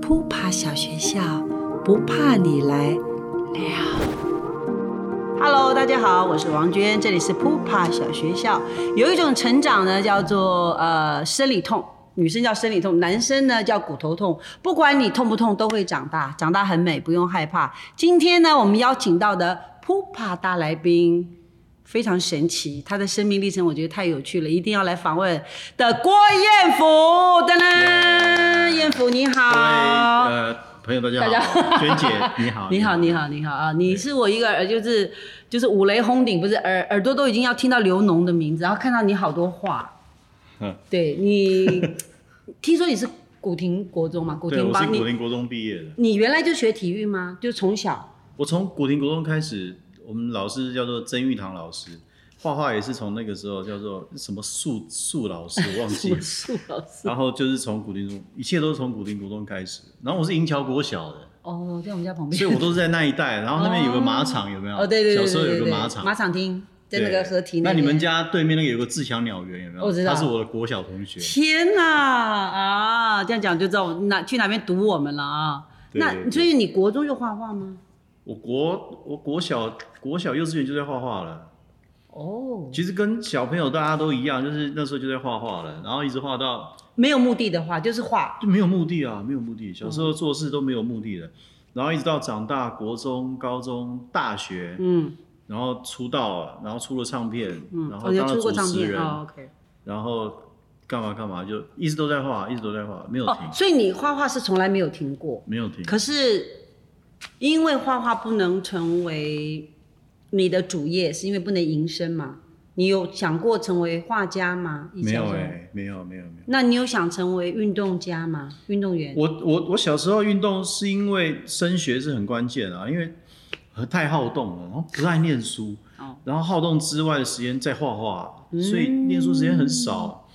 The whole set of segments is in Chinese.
扑爬小学校，不怕你来了。Hello，大家好，我是王娟，这里是扑爬小学校。有一种成长呢，叫做呃生理痛，女生叫生理痛，男生呢叫骨头痛。不管你痛不痛，都会长大，长大很美，不用害怕。今天呢，我们邀请到的扑爬大来宾。非常神奇，他的生命历程我觉得太有趣了，一定要来访问的郭彦甫，噔噔，彦甫你各位好，呃朋友大家好，大家娟姐你 好，你好，你好，你好啊！你是我一个耳，就是就是五雷轰顶，不是耳耳朵都已经要听到刘农的名字，然后看到你好多话。嗯对 你，听说你是古亭国中嘛？古对，亭我是帮古你，亭国中毕业的，你原来就学体育吗？就从小我从古亭国中开始，我们老师叫做曾玉堂老师，画画也是从那个时候叫做什么素素老师，我忘什记 么了，树老师？ 然后就是从古亭中，一切都是从古亭国中开 始，然后我是银桥国小的，哦，在我们家旁边。所以我都是在那一带，然后那边有个马场，有没有？哦，对对对小时候对对有个对马场马。场厅在那个对河堤那边你们家对面那个有个自强鸟园，有没有？我知道他是我的国小同学。天哪啊！这样讲就知道我哪去哪边堵我们了啊！对对那对所以你国中就画画吗？我国我国小国小幼稚园就在画画了，哦，其实跟小朋友大家都一样，就是那时候就在画画了，然后一直画到没有目的的话就是画。就没有目的啊，没有目的，小时候做事都没有目的的，然后一直到长大，国中、高中、大学，嗯然后出道了，然后出了唱片，嗯，然后我就当了出过主唱持片人，哦，OK。然后干嘛干嘛，就一直都在画，一直都在画，没有停，哦，所以你画画是从来没有停过，没有停。可是因为画画不能成为你的主业，是因为不能营生嘛？你有想过成为画家吗？以没前有的时候哎、没有没有没有。那你有想成为运动家吗？运动员？我我我小时候运动是因为升学是很关键啊，因为太好动了，然后不爱念书，哦嗯然后好动之外的时间在画画，所以念书时间很少。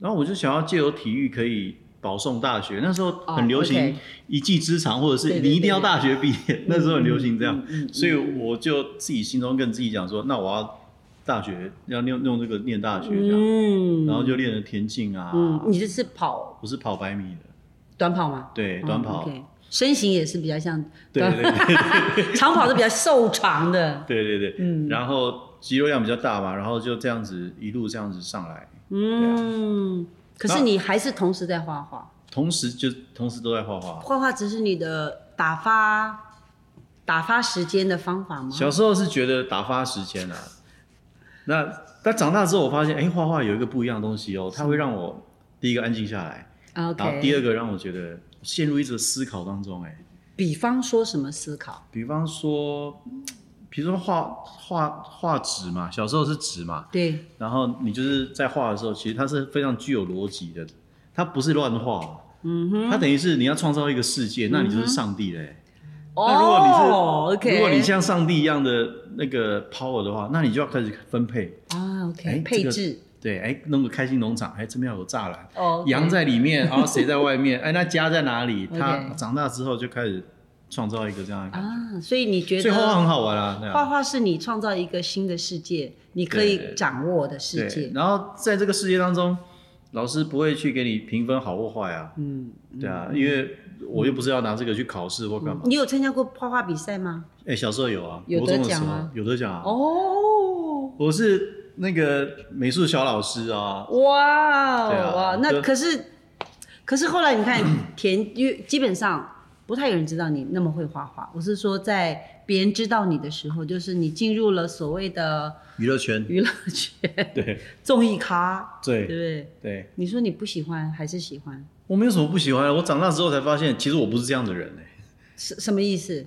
然后我就想要借由体育可以保送大学，那时候很流哦行，OK 一技之长，或者对是对你一定要大学毕业，那时候很流行这样嗯嗯嗯，所以我就自己心中跟自己讲说，那我要大学要用用这个念大学这样，嗯然后就练了田径啊，嗯，你这是跑我是跑百米的，短跑吗？对，哦短跑。 ，OK 身形也是比较像对对对 长跑是比较瘦长的。对对对，然后肌肉量比较大嘛，然后就这样子一路这样子上来，啊嗯，可是那你还是同时在画画，同时就同时都在画画。画画只是你的打发打发时间的方法吗？小时候是觉得打发时间啊，那但长大之后我发现，哎，画画有一个不一样的东西哦，它会让我第一个安静下来，啊然后第，OK。二个让我觉得陷入一直思考当中，哎，比方说什么思考？比方说，比如说画画画纸嘛，小时候是纸嘛，对，然后你就是在画的时候，其实它是非常具有逻辑的，它不是乱画，嗯哼，它等于是你要创造一个世界，那你就是上帝嘞、那如果你是、哦，OK，如果你像上帝一样的那个 power 的话，那你就要开始分配，啊哎，OK，这个配置对，哎，弄个开心农场，哎，这边要有栅栏，哦，OK 羊在 里面，然后谁在外面，哎，那家在哪里？他 OK 长大之后就开始创造一个这样的感啊，所以你觉得觉，所以画画很好玩啊，那样画画是你创造一个新的世界，你可对以对掌握的世对界，。然后在这个世界当中，老师不会去给你评分好或坏啊，嗯，对啊，因为我又不是要拿这个去考试或干嘛。你有参加过画画比赛吗？哎、小时候有啊，有国得中的时奖候吗有得奖啊。哦，我是那个美术小老师啊，哇对啊哦，哇，那就可是，可是后来你看田，因为基本上不太有人知道你那么会画画。我是说，在别人知道你的时候，就是你进入了所谓的娱乐圈。娱乐圈，对综艺咖，对不对对？对，你说你不喜欢还是喜欢？我没有什么不喜欢的。我长大之后才发现，其实我不是这样的人哎、什什么意思？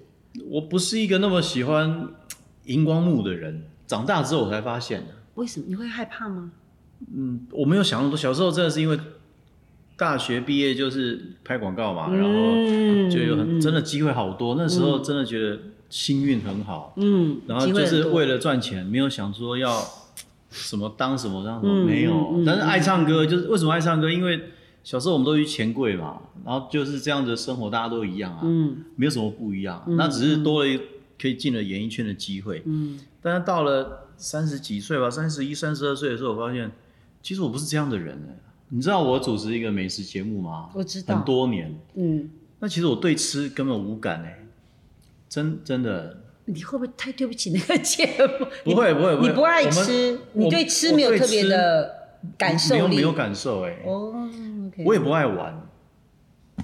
我不是一个那么喜欢荧光幕的人。长大之后我才发现的，为什么你会害怕吗？嗯，我没有想那么多。小时候真的是因为大学毕业就是拍广告嘛，然后嗯就有很真的机会好多。那时候真的觉得幸运很好，嗯，然后机会就很是多为了赚钱，没有想说要什么当什么当什嗯么，没有。嗯嗯但是爱唱歌，就是为什么爱唱歌？因为小时候我们都去钱柜嘛，然后就是这样的生活，大家都一样啊，嗯没有什么不一样啊、那只是多了一可以进了演艺圈的机会。嗯但是到了三十几岁吧，三十一、三十二岁的时候，我发现其实我不是这样的人、欸。你知道我主持一个美食节目吗？我知道很多年。嗯，那那其实我对吃根本无感哎、真真的你会不会太对不起那个节目？ 不会不会不会，你不爱我们吃，我你对吃没有特别的感受没有力，没有感受哎、哦，OK。我也不爱玩，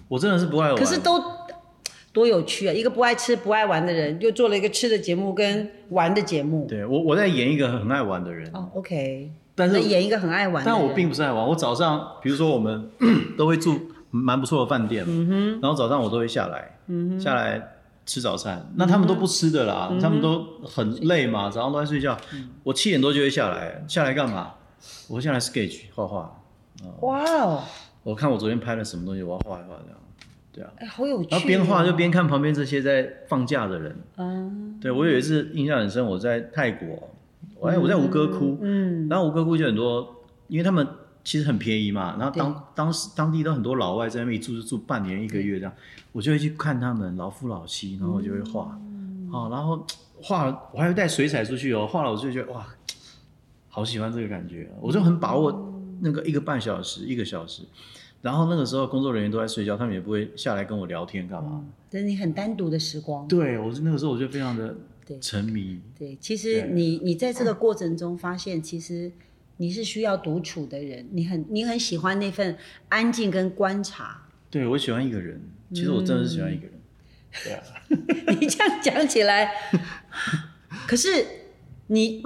我真的是不爱玩。可是都多有趣啊！一个不爱吃不爱玩的人，又做了一个吃的节目跟玩的节目。对我我在演一个很爱玩的人，哦，OK。但是那演一个很爱玩的人，但我并不是爱玩。我早上比如说我们 都会住蛮不错的饭店，嗯然后早上我都会下来，下来。吃早餐，嗯那他们都不吃的啦，他们都很累嘛，早上都在睡觉。嗯我七点多就会下来，下来干嘛？我下来 sketch 画画，哇哦，我看我昨天拍了什么东西，我要画一画这样，对啊。哎，好有趣哦。然后边画就边看旁边这些在放假的人。嗯对我有一次印象很深，我在泰国，哎，我在吴哥窟，嗯然后吴哥窟就很多，因为他们其实很便宜嘛，然后当当时当地都很多老外在那边一住就住半年一个月这样，我就会去看他们老夫老妻，然后我就会画，哦，然后画了我还会带水彩出去哦，画了我就觉得哇，好喜欢这个感觉，啊我就很把握那个一个半小时一个小时，然后那个时候工作人员都在睡觉，他们也不会下来跟我聊天干嘛，这是你很单独的时光。对我是那个时候我就非常的沉迷，对，其实对嗯你你在这个过程中发现，其实你是需要独处的人，你很你很喜欢那份安静跟观察。 对我喜欢一个人，其实我真的是喜欢一个人，对啊。你这样讲起来，可是你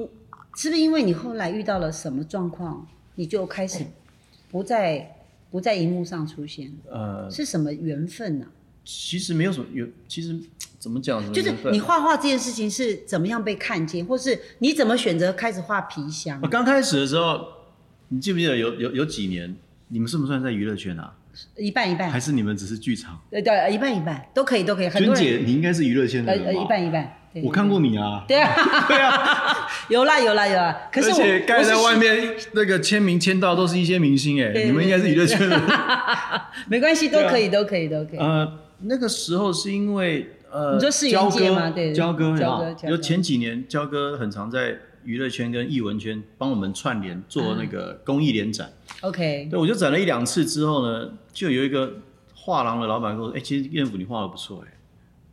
是不是因为你后来遇到了什么状况，你就开始不在不在荧幕上出现？呃，是什么缘分呢、其实没有什么有，其实怎么讲？就是怎么你分画画这件事情是怎么样被看见，或是你怎么选择开始画皮箱啊我？刚开始的时候，你记不记得有有有几年，你们算不算在娱乐圈啊？一半一还半，是你们只是剧场？对对，一半一半都可以，都可以。哎很娟多人姐，你应该是娱乐圈呃的呃，人吧一半一半。对我 看过你啊，对啊，对啊， 有啦有啦有啦。可是而我且盖我是在外面那个签名签到都是一些明星哎、你们应该是娱乐圈的人。没关系，都对啊可以，都可以，都可以。呃，那个时候是因为呃，你说世焦元哥界吗对焦哥啊有没有焦哥焦哥就前几年焦哥很常在娱乐圈跟艺文圈帮我们串联嗯做那个公益联展。 OK，对，我就展了一两次之后呢，就有一个画廊的老板跟我说：“哎、其实燕府你画的不错哎、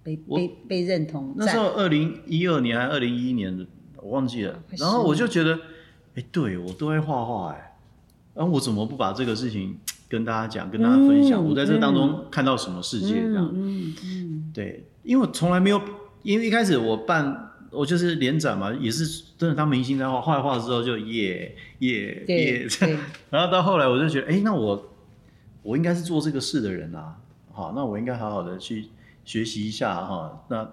被被被认同。那时候二零一二年还是二零一一年的，我忘记哦了。然后我就觉得，哎、对我都会画画哎，然、后我怎么不把这个事情跟大家讲，跟大家分享？嗯我在这当中看到什么世界这样？嗯嗯对，因为我从来没有，因为一开始我办。我就是联展嘛，也是真的当明星在画，画一画之后就耶耶嗯，耶对这样对，然后到后来我就觉得，哎、那我我应该是做这个事的人啊，好，那我应该好好的去学习一下啊哈。那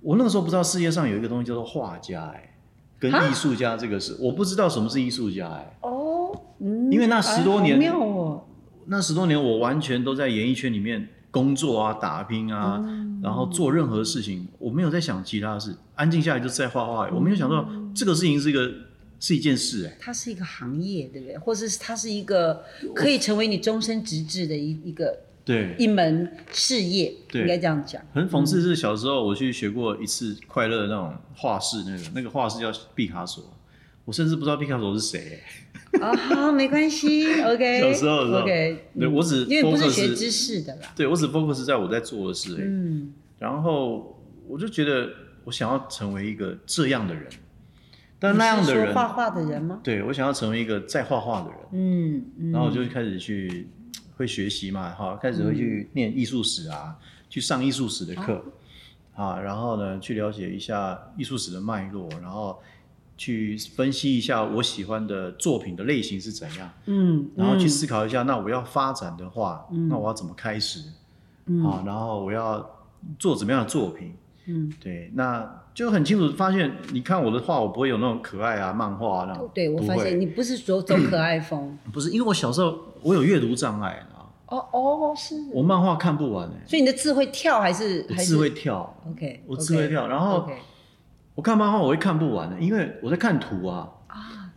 我那个时候不知道世界上有一个东西叫做画家、哎，跟啊艺术家这个事，我不知道什么是艺术家、哎，哦，嗯因为那十多年哎好妙哦，那十多年我完全都在演艺圈里面工作啊、打拼啊，嗯然后做任何事情，我没有在想其他的事，安静下来就在画画、哎我没有想到嗯这个事情是一个是一件事、哎。它是一个行业，对不对？或者是它是一个可以成为你终身职志的一一个对，一门事业，对应该这样讲。很讽刺是小时候我去学过一次快乐的那种画室，那个那个画室叫毕卡索，我甚至不知道毕卡索是谁、欸啊，好，没关 系，OK。小时候的时候 OK，嗯对我只因为不是 focus 学知识的啦，对我只 focus 在我在做的事、已。嗯。然后我就觉得我想要成为一个这样的人，但那样的你是人说，画画的人吗？对我想要成为一个在画画的人，嗯，嗯然后我就开始去会学习嘛，哈，开始会去念艺术史啊，去上艺术史的课哦啊，然后呢，去了解一下艺术史的脉络，然后去分析一下我喜欢的作品的类型是怎样，嗯，然后去思考一下，那我要发展的话，那我要怎么开始啊？然后我要做怎么样的作品？嗯，对，那就很清楚地发现，你看我的画，我不会有那种可爱啊、漫画啊那种，哦对我不发会现你不是走走可爱风，不是因为我小时候我有阅读障碍啊。哦哦是，我漫画看不完哎、所以你的字会跳还是我还字是哦会跳， OK，我字会跳。然后 OK 我看漫画我会看不完的、欸因为我在看图啊。啊，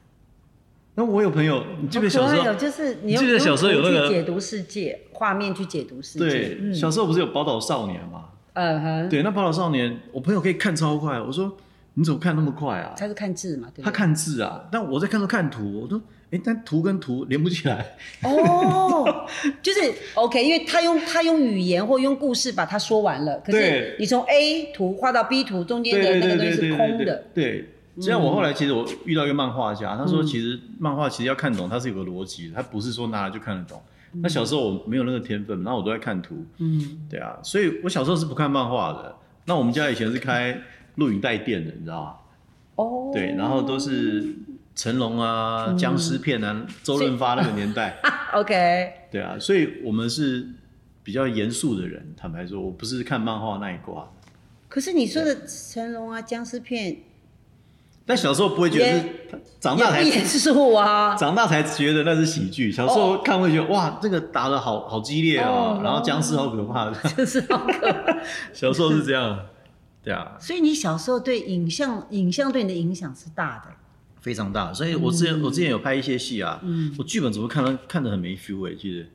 那我有朋友，你记不记得好小可爱时哦候？就是你你用记得小时候有那用个图去解读世界画面去解读世界，对，嗯小时候不是有宝岛少年嘛？嗯哼，对，那宝岛少年，我朋友可以看超快，我说你怎么看那么快啊？他是看字嘛，对不对他看字啊，但我在看都看图，我说哎，但图跟图连不起来，哦， 就是 OK，因为他用他用语言或用故事把它说完了，可是对你从 A 图画到 B 图中间的对那对个东对西对是对空对的，嗯对。这样我后来其实我遇到一个漫画家，他说其实漫画其实要看懂，它是有个逻辑的，它不是说拿来就看得懂。那小时候我没有那个天分，然后我都在看图，嗯，对啊，所以我小时候是不看漫画的。那我们家以前是开录影带店的，你知道吗？哦，对，然后都是成龙啊、僵尸片啊、周润发那个年代， OK，对啊，所以我们是比较严肃的人。坦白说，我不是看漫画那一挂，可是你说的成龙啊、僵尸片但小时候不会觉得是也，长也大不严才肃 啊，长大才觉得那是喜剧。小时候看会觉得哇，这个打的好好激烈哦哦，然后僵尸好可怕。就是好可怕。 小时候是这样，对啊，所以你小时候对影像影像对你的影响是大的，非常大。所以我之前、我之前有拍一些戏啊，我剧本怎么看都看得很没 feel 哎、其实、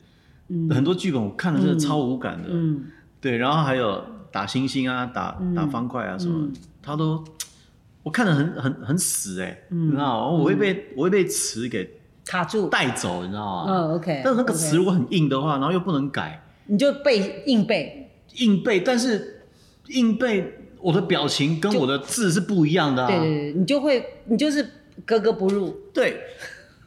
很多剧本我看了真的超无感的。嗯，对，然后还有打星星啊，打打方块啊什么，他都我看得很很很死哎、你知道吗？我会被、我会被词给卡住，带走，你知道吗？嗯，OK，但是那个词 OK 如果很硬的话，然后又不能改，你就背硬背，硬背，但是硬背我的表情跟就我的字是不一样的啊。对对对，你就会你就是格格不入，对，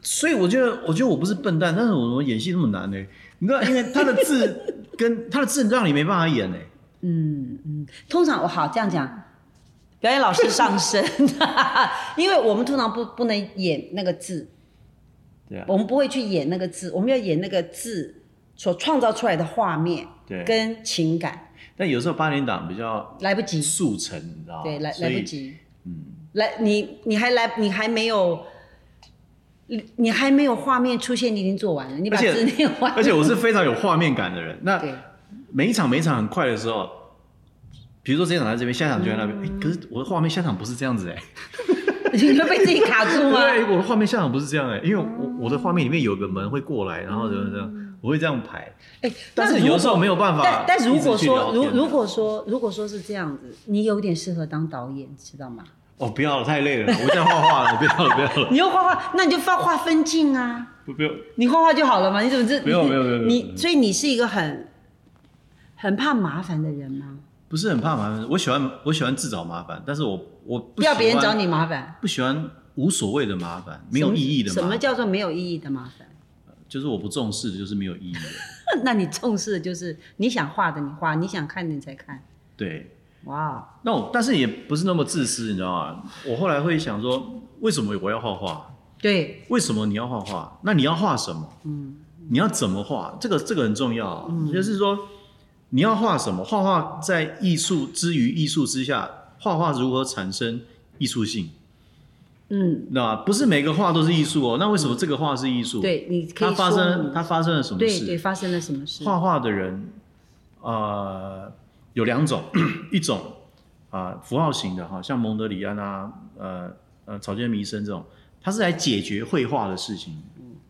所以我觉得，我觉得我不是笨蛋，但是我怎么演戏那么难呢、你知道，因为他的字跟他的字让你没办法演呢、嗯嗯，通常我好这样讲，表演老 师上身， 因为我们通常不不能演那个字，对啊我们不会去演那个字，我们要演那个字所创造出来的画面，对跟情感，但有时候八点档比较来不及，速成，你知道吗？对，来所来以不。及，嗯，来你你还来你还没有。你你还没有画面出现，你已经做完了，你把而且字念完了而且我是非常有画面感的人。那对，每一场每一场很快的时候，比如说这一场在这边，下一场就在那边。嗯诶可是我的画面下场不是这样子哎、 你会被自己卡住 吗？对，我的画面下场不是这样哎、因为我我的画面里面有个门会过来，然后怎么怎么，我会这样排。哎，但嗯那是如有时候没有办但法一但直去如聊果天。说如如果说如果说是这样子，你有点适合当导演，知道吗？哦，不要了，太累了，我在画画了， 不要了，不要了，你又画画，那你就画画分镜啊，不不要。你画画就好了嘛。你怎么这没有你没有没有没有没你有所以你是一个很很怕麻烦的人吗？不是很怕麻烦，我喜欢我喜欢自找麻烦，但是我我不不要别人喜欢找你，麻烦，不喜欢无所谓的麻烦，没有意义的什麻么烦，叫做没有意义的麻烦？ 就是我不重视的，就是没有意义的。那你重视的就是你想画的你画，你想看的你才看。对，哇，那我但是也不是那么自私，你知道吗？我后来会想说，为什么我要画画？对，为什么你要画画？那你要画什么？嗯，你要怎么画？这个这个很重要啊，就是说你要画什么？画画在艺术之于艺术之下，画画如何产生艺术性？嗯，那不是每个画都是艺术哦。那为什么这个画是艺术？，对，你可它以发说生明它发生了什么对对事？发生了什么事？画画的人，呃，有两种， 一种啊、符号型的哈，像蒙德里安啊，呃呃，草间弥生这种，他是来解决绘画的事情。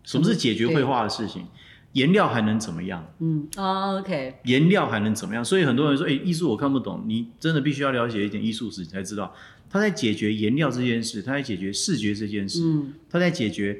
什么是解决绘画的事情？颜料还能怎么样？嗯、哦、，OK，颜料还能怎么样？所以很多人说，哎、艺术我看不懂，你真的必须要了解一点艺术史，你才知道他在解决颜料这件事，他在解决视觉这件事，嗯他在解决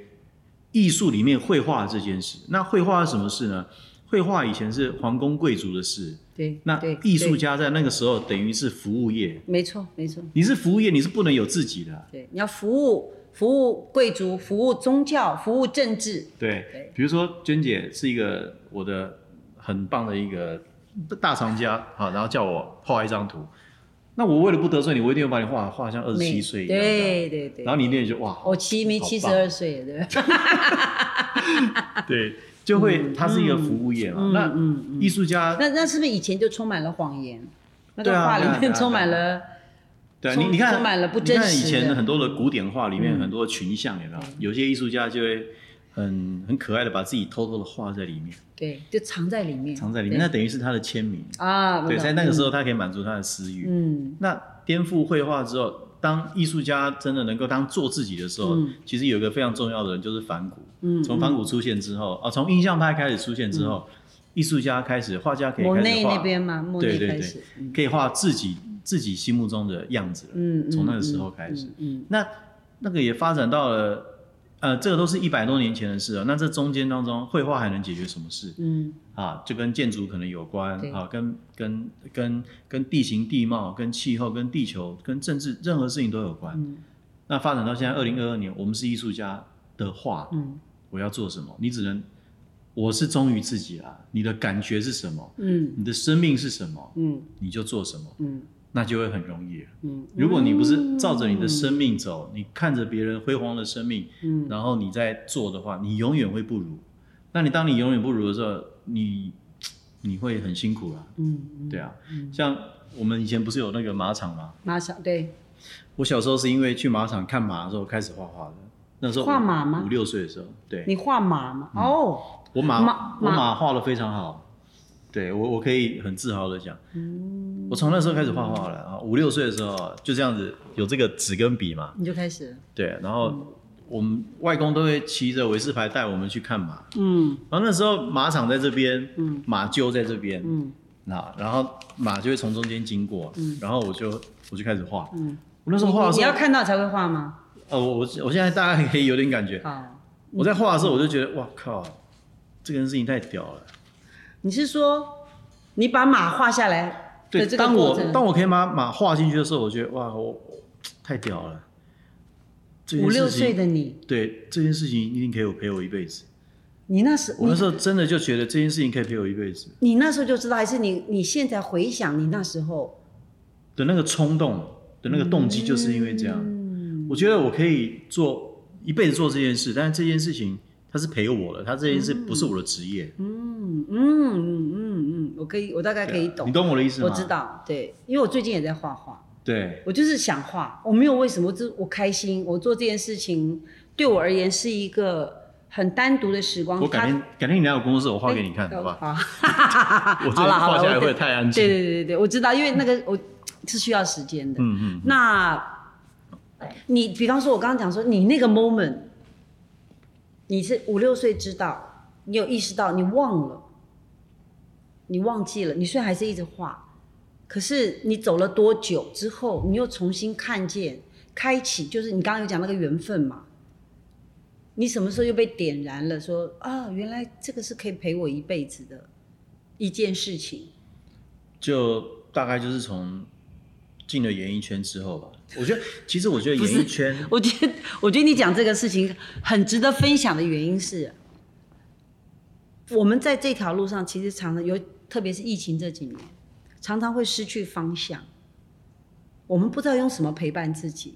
艺术里面绘画这件事。那绘画是什么事呢？绘画以前是皇宫贵族的事，对，那对艺术家在那个时候等于是服务业，没错，没错，你是服务业，你是不能有自己的。对，你要服务服务贵族，服务宗教，服务政治，对对，比如说娟姐是一个我的很棒的一个大藏家，好，然后叫我画一张图，那我为了不得罪你，我一定要把你画画像二十美七岁一样的，对对对哦然，后你一定就哇，我七没七十二岁了，对吧？对，就会它是一个服务业嘛。嗯那嗯嗯，艺术家，那那是不是以前就充满了谎言？那对个啊画对啊里面对啊充满了，对啊，充你你看，充满了不你真看实以前的嗯很多的古典画里面很多群像有没有？有些艺术家就会很很可爱的把自己偷偷的画在里面，对，就藏在里面，藏在里面，那等于是他的签名。对啊，我对，懂在那个时候他可以满足他的私欲。嗯，那颠覆绘画之后，当艺术家真的能够当做自己的时候，其实有一个非常重要的人就是反骨。嗯从反骨出现之后，啊，从印象派开始出现之后，艺术家开始，画家可以莫开内始那画，边嘛，莫内对对开对始，嗯可以画自己自己心目中的样子了。嗯，嗯从那个时候开，嗯始，嗯嗯，那那个也发展到了呃，这个都是一百多年前的事哦了。那这中间当中，绘画还能解决什么事嗯，啊？就跟建筑可能有关对啊，跟跟跟跟地形地貌、跟气候、跟地球、跟政治，任何事情都有关。嗯那发展到现在二零二二年，我们是艺术家的话，嗯我要做什么？你只能，我是忠于自己啦。你的感觉是什么？嗯你的生命是什么？嗯你就做什么，嗯那就会很容易了。嗯。如果你不是照着你的生命走，你看着别人辉煌的生命，嗯然后你在做的话，你永远会不如。那你当你永远不如的时候，你你会很辛苦啦、嗯，对啊。像我们以前不是有那个马场吗？马小对，我小时候是因为去马场看马的时候开始画画的，那时候画五马吗五六岁的时候，对，嗯你画马嘛？哦，我马马我马马画的非常好，对我我可以很自豪的讲，嗯，我从那时候开始画画了啊，五六岁的时候啊就这样子有这个纸跟笔嘛，你就开始了，对，然后我们外公都会骑着韦氏牌带我们去看马，嗯然后那时候马场在这边，嗯马厩在这边，嗯那然后马就会从中间经过，然后我就我就开始画，嗯。我那时候画的你你时要候，看到才会画吗？呃，我我我现在大概可以有点 感觉，好，我在画的时候我就觉得哇靠，这件事情太屌了。你是说你把马画下来对的，这个当过我程？当我可以把马画进去的时候，我觉得哇，我我太屌了。这件五六事情岁的你，对这件事情一定可以我陪我一辈子。你那时我你那时候真的就觉得这件事情可以陪我一辈子你那时候就知道，还是你你现在回想你那时候？的那个冲动的那个动机，就是因为这样。嗯我觉得我可以做一辈子做这件事，但是这件事情它是陪我的，它这件事不是我的职业。啊嗯嗯嗯嗯嗯，我可以，我大概可以对啊懂你，懂我的意思吗？我知。道，对，因为我最近也在画画，对，我就是想画，我没有为什么，我只我开心，我做这件事情对我而言是一个很单独的时光。我改天改天你来我工作室，我画它给你看，哎好吧？好， 我这 好了 样好画了下来我会太安对静。对对对对，我知道，因为那个我是需要时间的。嗯嗯，那你比方说，我刚刚讲说，你那个 moment，你是五六岁知道，你有意识到，你忘了，你忘记了，你虽然还是一直画，可是你走了多久之后，你又重新看见，开启，就是你刚刚有讲那个缘分嘛。你什么时候又被点燃了说啊，原来这个是可以陪我一辈子的一件事情。就大概就是从进了演艺圈之后吧。我觉得，其实我觉得不是演艺圈 我觉得，我觉得你讲这个事情很值得分享的原因是，我们在这条路上其实常常有，特别是疫情这几年，常常会失去方向。我们不知道用什么陪伴自己，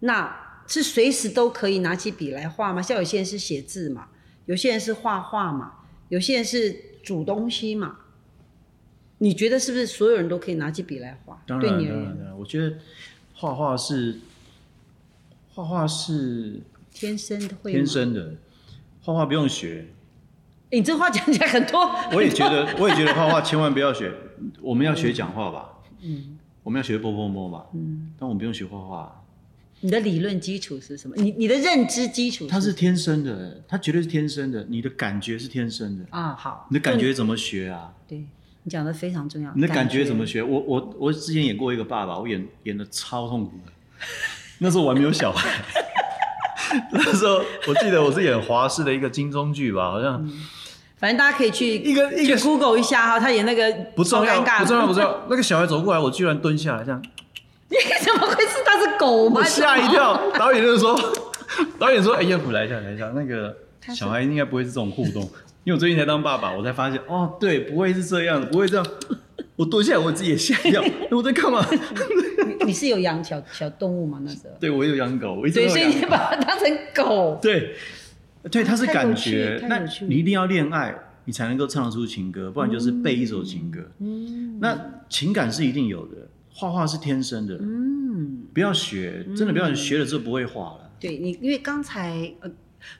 那是随时都可以拿起笔来画吗？像有些人是写字嘛，有些人是画画嘛，有些人是煮东西嘛。你觉得是不是所有人都可以拿起笔来画？当对然你而当然言，当然，我觉得画画是画画是天生的会吗天生的，画画不用学。哎你这话讲起来很多，我也 觉得，我也觉得画画千万不要学，我们要学讲话吧，嗯，我们要学波波摸吧，嗯，但我们不用学画画，你的理论基础是什么？你你的认知基础它是是天生的，它绝对是天生的，你的感觉是天生的，啊，好，你的感觉怎么学啊？对你讲的非常重要。你的感觉怎么学？我我我之前演过一个爸爸，我演演的超痛苦的，那时候我还没有小孩。 那时候我记得我是演华视的一个金钟剧吧，好像嗯反正大家可以去一个一个去 Google 一下哈，他演那个不重超要，尴尬的不重要，不重要。那个小孩走过来，我居然蹲下来这样， 你怎么会是他是哦狗吗？我吓一跳。导演就说， 导演说：“哎，艳福来一下，来一下。那个他是小孩应该不会是这种互动，因为我最近才当爸爸，我才发现哦，对，不会是这样的，不会这样。我蹲下来，我自己也吓一跳，哎我在干嘛？ 你你是有养小小动物吗？那时候，对我有养狗，我一直所都以有所以养你狗。把它当成狗。对，对，它是太有感趣觉太。有那趣你一定要恋爱，你才能够唱得出情歌，不然就是背一首情歌。嗯那情感是一定有的，画画是天生的，嗯，不要学，真的不要学，学了之后不会画了。对你，因为刚才呃，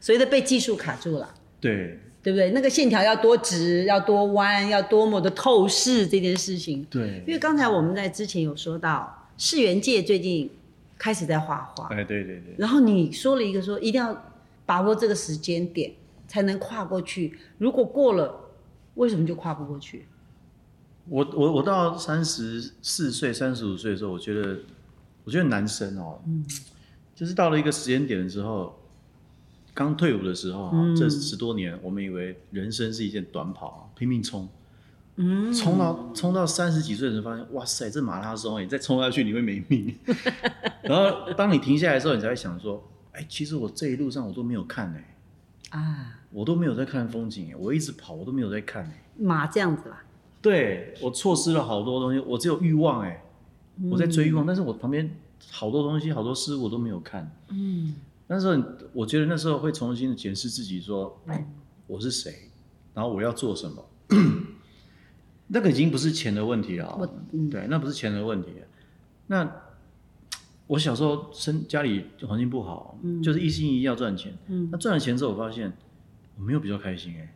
所谓的被技术卡住了。对对不对？那个线条要多直，要多弯，要多么的透视这件事情，因对，为刚才我们在之前有说到，世园界最近开始在画画，哎，对对对，然后你说了一个说一定要把握这个时间点才能跨过去，如果过了，为什么就跨不过去？我我我到三十四岁、三十五岁的时候，我觉嗯得，我觉得男生哦，就是到了一个时间点的时候，刚退伍的时候啊，嗯这十多年我们以为人生是一件短跑，拼命冲，嗯，冲到冲到三十几岁的时候，发现哇塞，这马拉松，你再冲下去你会没 命。然后当你停下来的时候，你才会想说，哎，其实我这一路上我都没有看哎、啊，我都没有在看风景、哎，我一直跑，我都没有在看、哎。马这样子啦，对我错失了好多东西，我只有欲望哎、嗯我在追欲望，但是我旁边好多东西、好多事物我都没有看。嗯那时候你我觉得那时候会重新检视自己说，哎，我是谁，然后我要做什么。 那个已经不是钱的问题了啊、我嗯对，那不是钱的问题。那我小时候生家里环境不好，就是一心一意要赚钱。嗯那赚了钱之后，我发现我没有比较开心哎、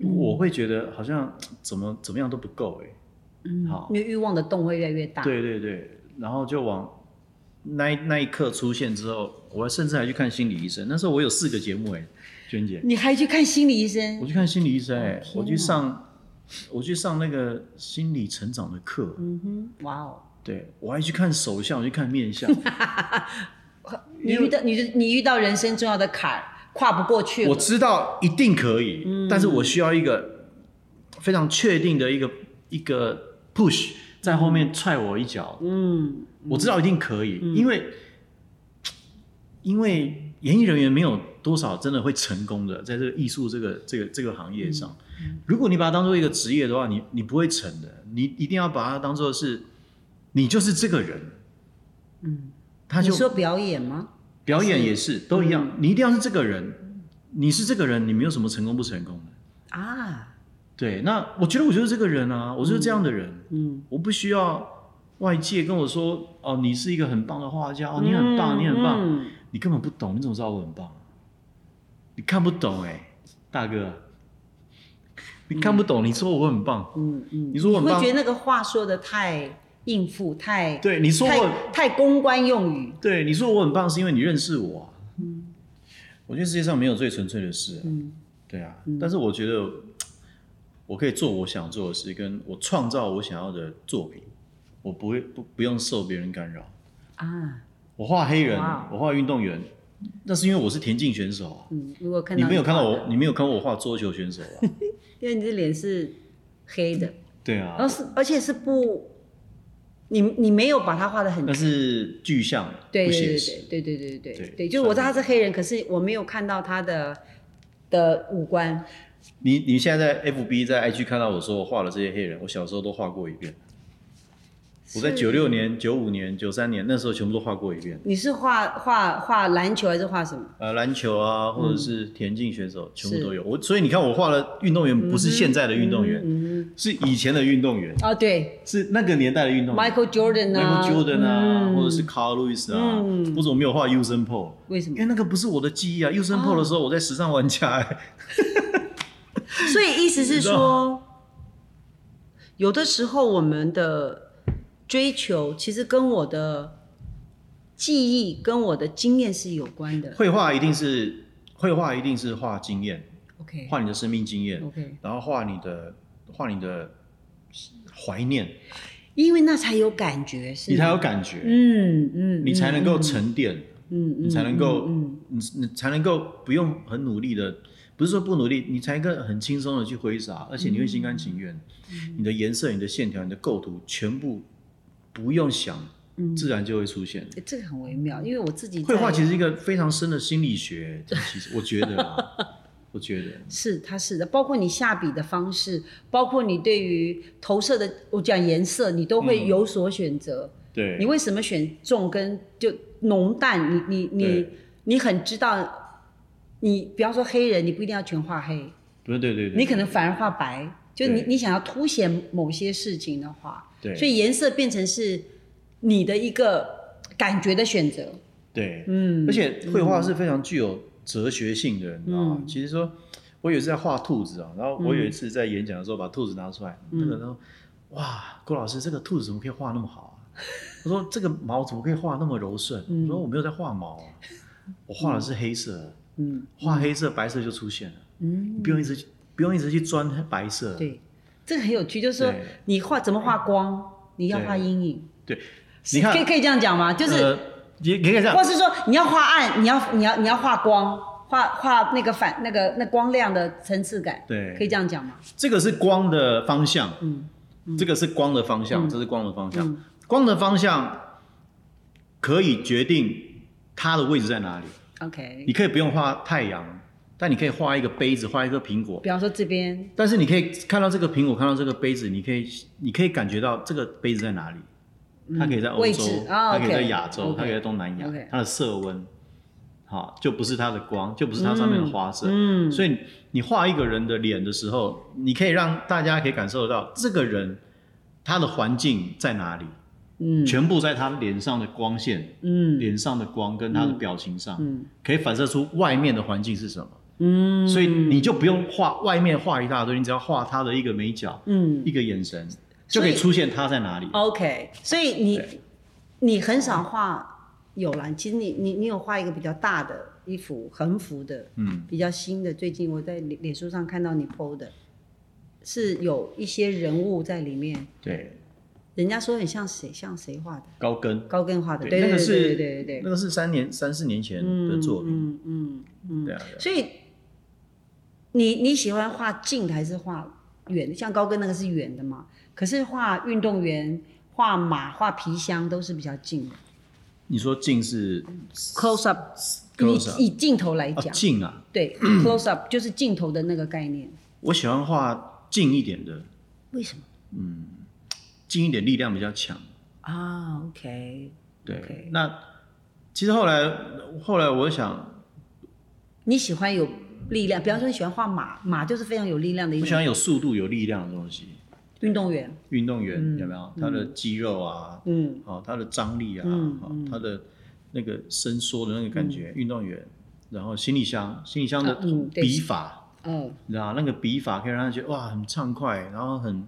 我会觉得好像怎么怎么样都不够哎、嗯，好因为欲望的洞会越来越大，对对对，然后就往那一那一刻出现之后，我甚至还去看心理医生。那时候我有四个节目哎、娟姐，你还去看心理医我生，去看心理医生哎、嗯哦我天去哪上我去上那个心理成长的课，嗯哼，哇哦，对我还去看手相，我去看面相。你遇到你你遇到人生重要的坎儿，跨不过去了，我知道一定可以，嗯但是我需要一个非常确定的一个一个 push 在后面踹我一脚。嗯我知道一定可以，因为因为演艺人员没有多少真的会成功的，在这个艺术这个这个这个行业上，嗯如果你把它当做一个职业的话，你你不会成的，你一定要把它当做是你就是这个人，嗯，他你就说表演吗？表演也是都一嗯样，你一定要是这个人，你是这个人，你没有什么成功不成功的。啊，对，那我觉得我就是这个人啊，我就是这样的人，嗯我不需要外界跟我说哦，你是一个很棒的画家，哦，你很棒，嗯你很棒，嗯你根本不懂，你怎么知道我很棒？你看不懂哎、大哥，你看不懂，你说我很棒，嗯嗯，你说我很会棒觉得那个话说的太应付，太对，你说我，太太公关用语，对，你说我很棒是因为你认识我、啊，我觉得世界上没有最纯粹的事啊、嗯对啊，但是我觉得我可以做我想做的事，跟我创造我想要的作品，我不会不不用受别人干扰。啊，我画黑人哇，哦我画运动员，那是因为我是田径选手啊。嗯，如果看你到没有看到我，画的，你没有看过我画桌球选手 啊？因为你的脸是黑的，对然后啊，哦是而且是不，你你没有把它画的很那是具象，对不对写实。对对对对对对对对，就是我知道他是黑人，可是我没有看到他的的五官。你你现在在 FB 在 IG 看到我说我画了这些黑人，我小时候都画过一遍。我在是九六年、九五年、九三年那时候全部都画过一遍。你是画画画篮球还是画什么？呃，篮球啊，或者是田径选手，全部嗯是都有。我所以你看，我画的运动员不是现在的运动员，嗯，是以前的运动员，啊对是那个年代的运动员。 ，Michael Jordan 啊嗯 Michael Jordan 啊，嗯或者是 Carl Lewis 啊，嗯我怎么没有画 Usain Paul？为什因么？为那个不是我的记忆啊，Usain Paul 的哦时候我在时尚玩家、哎所以意思是你知道说，有的时候我们的追求其实跟我的记忆、跟我的经验是有关的。绘画一定是绘画一定是画经验， OK 画你的生命经验， OK，然后画你的画你的怀念，因为那才有感觉，是你才吗有感觉，嗯嗯，你才能够嗯沉淀。嗯，嗯你才能够嗯你你才能够不用很努力的，不是说不努力，你才能够很轻松的去挥洒，而且你会心甘情愿。嗯你的颜色、你的线条、你的构图，全部不用想，自然就会出现。嗯这个很微妙，因为我自己绘画在其实是一个非常深的心理学，其实我觉得啊，我觉得是它是的，包括你下笔的方式，包括你对于投射的，我讲颜色，你都嗯会有所选择。对 你为什么选重跟就浓淡？你你你对你很知道，你比方说黑人，你不一定要全画黑，不是对对对，你可能反而画白，就你对你想要凸显某些事情的话，对所以颜色变成是你的一个感觉的选择。对，嗯而且绘画是非常具有哲学性的，你知道吗？嗯其实说，我有一次在画兔子啊，然后我有一次在演讲的时候把兔子拿出来，那嗯个人说：“哇，郭老师，这个兔子怎么可以画那么好啊？” 我说：“这个毛怎么可以画那么柔顺？”我说：“我没有在画毛啊，我画的是黑色，嗯画黑色白色就出现了，嗯。你不用一直去不用一直去钻白色。”对，这个很有趣，就是说对你画怎么画光，你要画阴影，对，你看呃可以，可以这样讲吗？就是，呃也也可以这样或，是说你要画暗，你要你要你要画光，画画那个反那个那光亮的层次感，对可以这样讲吗？这个是光的方向，嗯这个是光的方向，这是光的方向，嗯光的方向可以决定它的位置在哪里。 ，OK，你可以不用画太阳，但你可以画一个杯子，画一个苹果。比方说这边但是你可以看到这个苹果，看到这个杯子，你可以你可以感觉到这个杯子在哪里。它可以在嗯欧位洲置，哦它可以在 OK，亚洲， OK 它可以在东南亚 OK，它的色温，好，就不是它的光，就不是它上面的花色。嗯嗯所以你画一个人的脸的时候，你可以让大家可以感受到这个人他的环境在哪里，嗯全部在他脸上的光线、嗯脸上的光跟他的表情上，嗯可以反射出外面的环境是什么。嗯，所以你就不用画外面画一大堆，你只要画他的一个眉角、嗯一个眼神，就所可以哦以出现他在哪里。 OK，所以你对你很少画有啦，其实你你你有画一个比较大的衣服横幅的，嗯，比较新的，最近我在脸脸书上看到你 PO 的，是有一些人物在里面，对，人家说很像谁像谁画的，高跟。高跟画啊的，对对，那对个对对对是对对，那个是三年三四年前的作品，嗯嗯嗯，对啊，对啊所以你你喜欢画近的还是画远的？像高跟那个是远的嘛，可是画运动员、画马、画皮箱都是比较近的你说近是，close up。 close up 以以镜头来啊讲，近啊，对 close up 就是镜头的那个概念。我喜欢画近一点的，为什么近一点力量比较强。啊？OK，对 OK 那其实后来后来我想，你喜欢有力量，比方说你喜欢画马，马就是非常有力量的一我喜种欢有速度、有力量的东西。运动员。运动员、有没有他的肌肉啊，嗯哦，他的张力啊，嗯哦，他的那个伸缩的那个感觉，运动员，然后行李箱，行李箱的啊嗯对笔法。嗯你知道那个笔法可以让他觉得哇很畅快，然后很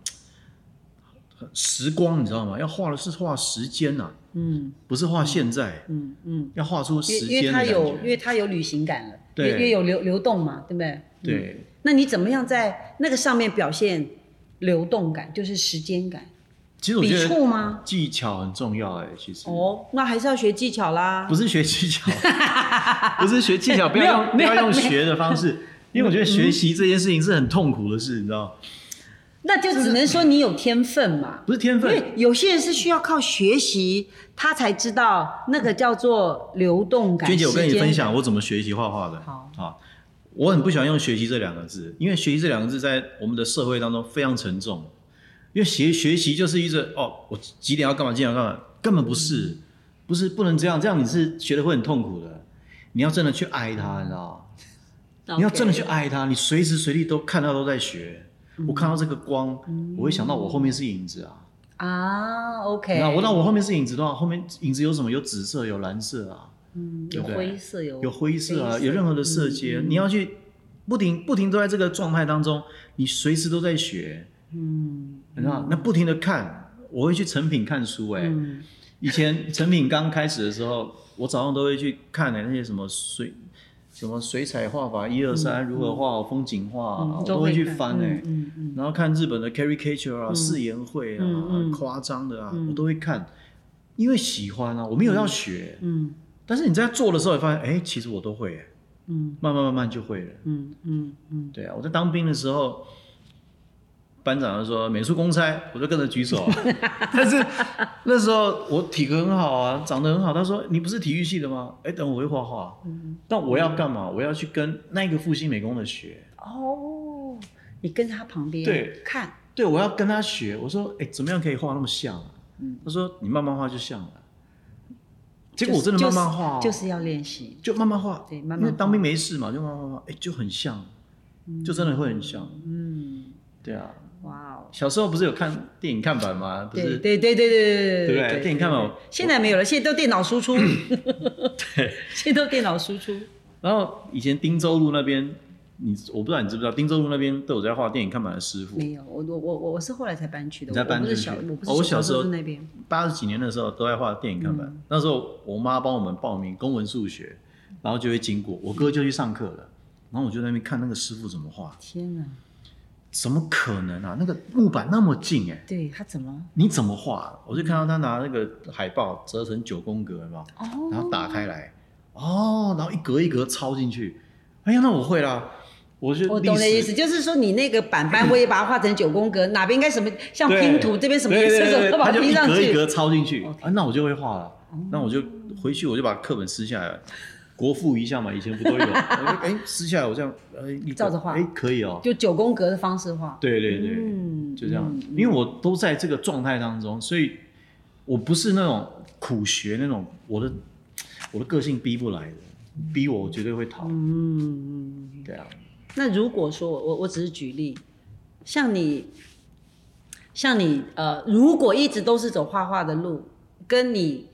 很时光，你知道吗？要画的是画时间呐、嗯不是画现在，嗯嗯，要画出时因为因为间它的感有因觉。为它有旅行感了，因对为因为有流流动嘛，对不对？对，那你怎么样在那个上面表现流动感，就是时间感？其实我笔觉得触吗？技巧很重要哎、其实、哦，那还是要学技巧啦不。是学 技巧，不是学技巧，不要用不没有要用没有嗯学的方式，因为我觉得学习这件事情是很痛苦的事，你知道吗，那就只能说你有天分嘛。不是天因分，为有些人是需要靠学习，他才知道那个叫做流动感。娟姐，我跟你时间分享我怎么学习画画的。好啊，我很不喜欢用“学习”这两个字，因为“学习”这两个字在我们的社会当中非常沉重。因为学学习就是一直哦，我几点要干嘛，几点要干嘛，根本不是，嗯不是不能这样，这样你是学的会很痛苦的。你要真的去爱它，你知道吗？感，你要真的去 OK 爱它，你随时随地都看到都在学。嗯我看到这个光，我会想到我后面是影子啊。啊，OK。那我那我后面是影子的话，后面影子有什么？有紫色，有蓝色啊。嗯对有不对灰色嗯有有灰色啊，黑有任何的色阶，你要去不停不停都在这个状态当中，你随时都在学，嗯你知道吗？那不停的看，我会去成品看书、哎、嗯 以前成品刚开始的时候，我早上都会去看欸的、那些什么水。什么水彩画法一二三如何画好风景画啊、我都会去翻哎、嗯嗯嗯然后看日本的 caricature 啊、誓言会啊、嗯嗯夸张的啊、我都会看，因为喜欢啊，我没有要学，嗯但是你在做的时候，你发现，哎、其实我都会、哎嗯慢慢慢慢就会了。嗯嗯嗯，对啊，我在当兵的时候，班长就说美术公差，我就跟着举手、啊。但是那时候我体格很好啊，长得很好。他说你不是体育系的吗？哎、等我会画画。但我要干嘛？我要去跟那个复兴美工的学。哦，你跟他旁边对看，对，我要跟他学。我说，哎、怎么样可以画那么像、啊？他说你慢慢画就像了。结果我真的慢慢画、哦就是就是要练习。就慢慢画，对慢慢因为画当兵没事嘛，就慢慢画，哎、就很像，就真的会很像，嗯，对啊，哇哦，小时候不是有看电影看板吗？不对是，对对对对对对不对对电影看嘛现在没有了，现在都电脑输 出。现在都电脑输出。然后以前汀州路那边，你我不知道你知不知道，汀州路那边都有在画电影看板的师傅，没有，我我我我我是后来才搬去的，你才搬我不是进去小，我不哦是我小时候住那边。八十几年的时候都在画电影看板，嗯那时候我妈帮我们报名公文数学，然后就会经过，我哥就去上课了，然后我就在那边看那个师傅怎么画，天哪，怎么可能啊？那个木板那么近哎、对他怎么？你怎么画？我就看到他拿那个海报折成九宫格嘛，哦哦然后打开来，哦，然后一格一格抄进去，哎呀，那我会啦，我是我懂历的史意思，就是说你那个板板，我也把它画成九宫 格，哪边应该什么，像拼图，对这边什么对颜对色对什么，对都把他它就拼一上格一去。哦格抄进去啊，那我就会画了，那我就回去我就把课本撕下来，国父一下嘛，以前不都有？ 哎，撕下来我这样，哎，一格照着画哎，可以哦，就九宫格的方式画。对对对，嗯就这样嗯，因为我都在这个状态当中，所以我不是那种苦学那种，我的我的个性逼不来的，逼我我绝对会逃，嗯，对啊，那如果说我我只是举例，像你，像你呃，如果一直都是走画画的路，跟你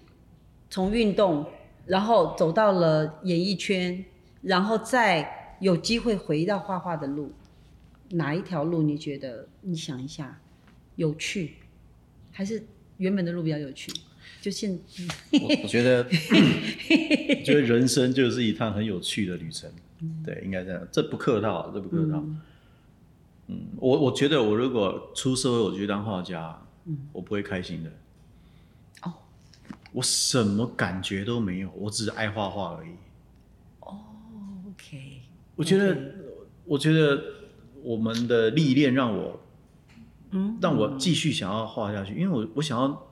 从运动，然后走到了演艺圈，然后再有机会回到画画的路，哪一条路你觉得？你想一下，有趣，还是原本的路比较有趣？就现我我 觉得，我觉得人生就是一趟很有趣的旅程，嗯对，应该这样，这不客套，这不客套。嗯，我我觉得我如果出社会，我去当画家，我不会开心的。嗯哦，我什么感觉都没有，我只是爱画画而已。 OK，我觉得我觉得我们的历练让我，嗯，让我继续想要画下去，因为我我想要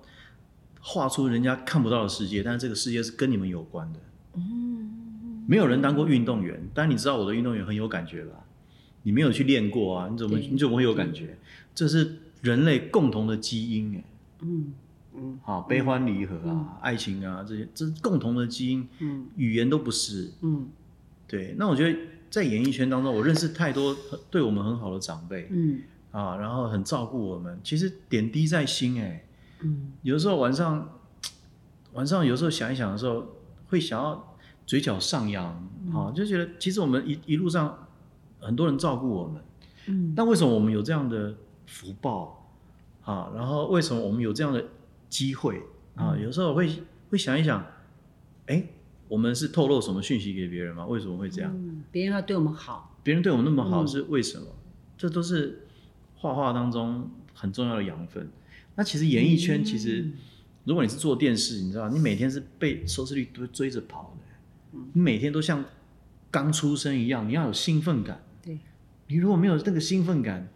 画出人家看不到的世界，但是这个世界是跟你们有关的。嗯，没有人当过运动员，但你知道我的运动员很有感觉吧？你没有去练过啊，你怎么对你怎么会有感觉？这是人类共同的基因哎、嗯嗯啊，悲欢离合啊，爱情啊，这些这是共同的基因，嗯语言都不是，嗯对，那我觉得在演艺圈当中，我认识太多很对我们很好的长辈嗯啊，然后很照顾我们，其实点滴在心哎、嗯有的时候晚上，晚上有时候想一想的时候，会想要嘴角上扬啊，就觉得其实我们一一路上很多人照顾我们，嗯那为什么我们有这样的福报啊？然后为什么我们有这样的机会啊？有时候我会会想一想，哎、我们是透露什么讯息给别人吗？为什么会这样？嗯，别人要对我们好。别人对我们那么嗯好是为什么？这都是画画当中很重要的养分。那其实演艺圈，其实嗯如果你是做电视，你知道，你每天是被收视率追追着跑的，嗯你每天都像刚出生一样，你要有兴奋感。对，你如果没有那个兴奋感，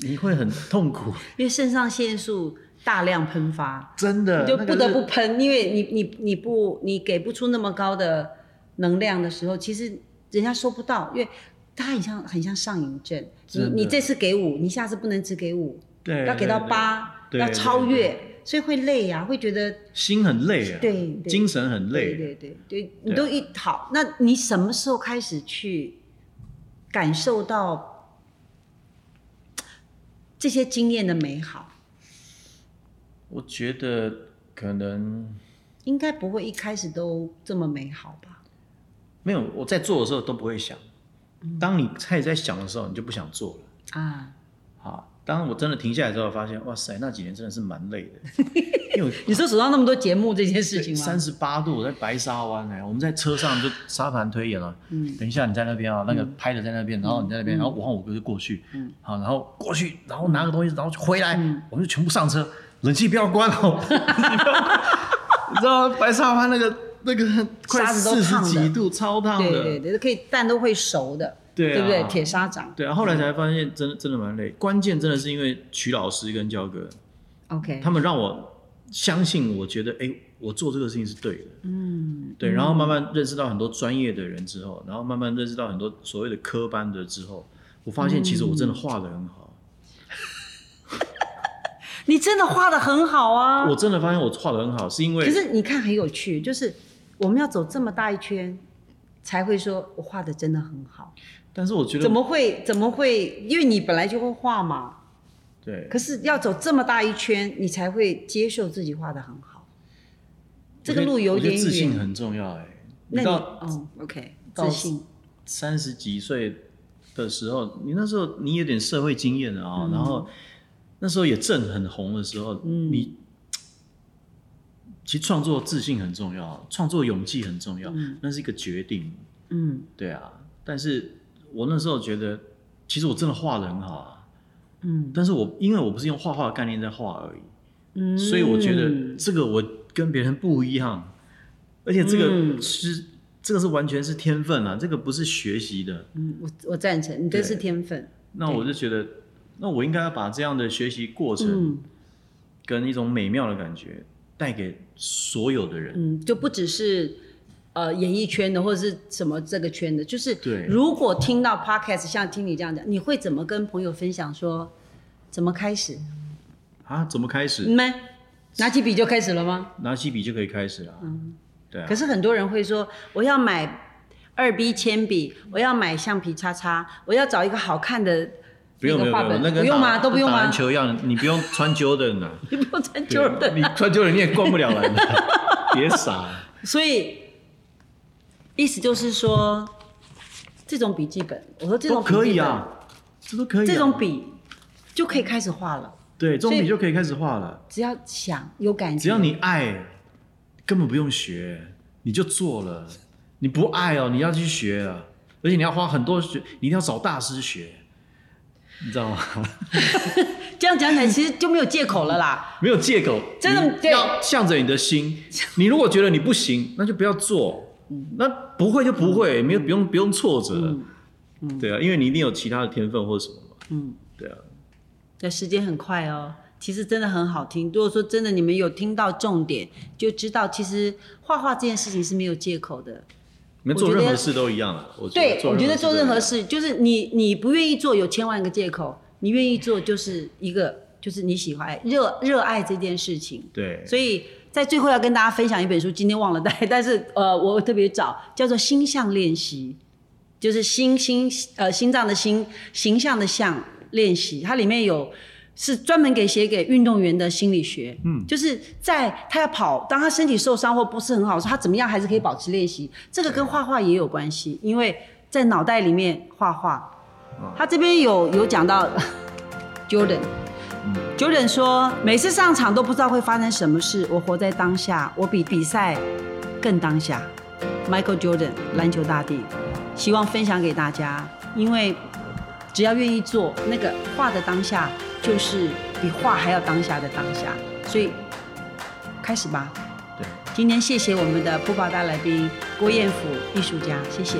你会很 痛苦，因为肾上腺素大量喷发，真的，你就呃那不个得是不喷，因为你你你不你给不出那么高的能量的时候，其实人家收不到，因为它很像很像上瘾症。你真的你这次给五，你下次不能只给五，对要给到对对八，对要对超对越，所以会累呀、会觉得心很累啊，对对精神很对累啊，对对对，啊你都一好，那你什么时候开始去感受到这些经验的美好？我觉得可能应该不会一开始都这么美好吧？没有，我在做的时候都不会想。当你开始在想的时候，你就不想做了。啊，啊，当我真的停下来之后，发现哇塞，那几年真的是蛮累 的。因为你说手上那么多节目这件事情吗三？十八度，我在白沙湾哎呢、我们在车上就沙盘推演了。嗯，等一下你在那边啊，那个拍的在那边，然后嗯你在那边，然后我和我哥就过去。嗯，好，然后过去，然后拿个东西，然后就回来，嗯我们就全部上车，冷气不要 关哦。你知道白沙湾那个那个快沙子都四十烫的几度，超烫的。对对对，可以蛋都会熟的，对啊不对？铁砂掌对啊，后来才发现真的真的蛮累。关键真的是因为曲老师跟焦哥，嗯，OK，他们让我相信，我觉得哎、诶我做这个事情是对的。嗯，对。然后慢慢认识到很多专业的人之后，然后慢慢认识到很多所谓的科班的之后，我发现其实我真嗯的画的很好，你真的画的很好啊。我真的发现我画的很好，是因可为是你看很有趣，就是我们要走这么大一圈，才会说我画的真的很好。但是我觉得怎么会怎么会？因为你本来就会画嘛，对可是要走这么大一圈，你才会接受自己画的很好。这个路有我觉得点自信远，很重要哎、诶那你你到哦，OK，到自信，三十几岁的时候，你那时候你有点社会经验了啊、嗯然后那时候也正很红的时候，你其实创作自信很重要，创作勇气很重要，那是一个决定，嗯对啊。但是我那时候觉得，其实我真的画的很好啊，嗯但是我因为我不是用画画的概念在画而已，嗯，所以我觉得这个我跟别人不一样，而且这个嗯是这个是完全是天分啊，这个不是学习的。嗯，我我赞成，你这对是天分。那我就觉得，那我应该要把这样的学习过程嗯跟一种美妙的感觉带给所有的人。嗯，就不只是呃演艺圈的或者是什么这个圈的，就是对如果听到 podcast 像听你这样讲，你会怎么跟朋友分享说怎么开始？啊，怎么开始？你们拿起笔就开始了吗？拿起笔就可以开始了。对啊嗯可。是很多人会说，我要买二 B 铅笔，我要买橡皮擦擦，我要找一个好看的不用不那个用画不用，本，那跟不用打吗？都不用打吗篮？球一样，你不用 穿 Jordan 啊，你 不用穿 Jordan，你穿 Jordan 你也逛不了篮 的，别傻啊了。所以意思就是说，这种笔记本，我说这都种笔记可以本，啊，这都可以啊、这种笔就可以开始画了，对，这种所以笔就可以开始画了。只要想有感觉，只要你爱，根本不用学，你就做了。你不爱哦，你要去学啊，而且你要花很多学，你一定要找大师学，你知道吗？ 这样讲起来，其实就没有借口了啦。没有借口，真的你对要向着你的心。你如果觉得你不行，那就不要做。那不会就不嗯会，没有不用不用挫折。对啊，因为你一定有其他的天分或者什么嘛。嗯，对啊，对，时间很快哦。其实真的很好听。如果说真的你们有听到重点，就知道其实画画这件事情是没有借口的。你们我做觉得任何事都一样啊了。我觉对，我觉得事都做一样任何事，就是你你不愿意做有千万个借口，你愿意做就是一个就是你喜欢热热爱这件事情。对，所以在最后要跟大家分享一本书，今天忘了带， 但是呃，我特别找叫做《星象练习》，就是心心呃心脏的心形象的象练习，它里面有。是专门给写给运动员的心理学，嗯，就是在他要跑，当他身体受伤或不是很好的时候，他怎么样还是可以保持练习。这个跟画画也有关系，因为在脑袋里面画画，他这边有有讲到 Jordan，Jordan 说：“每次上场都不知道会发生什么事，我活在当下，我比比赛更当下。” Michael Jordan，篮球大帝，希望分享给大家，因为只要愿意做，那个画的当下就是比画还要当下的当下，所以开始吧。对。今天谢谢我们的普宝大来宾郭彦甫艺术家，谢谢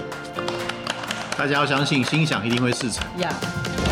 大家要相信，心想一定会事成。呀。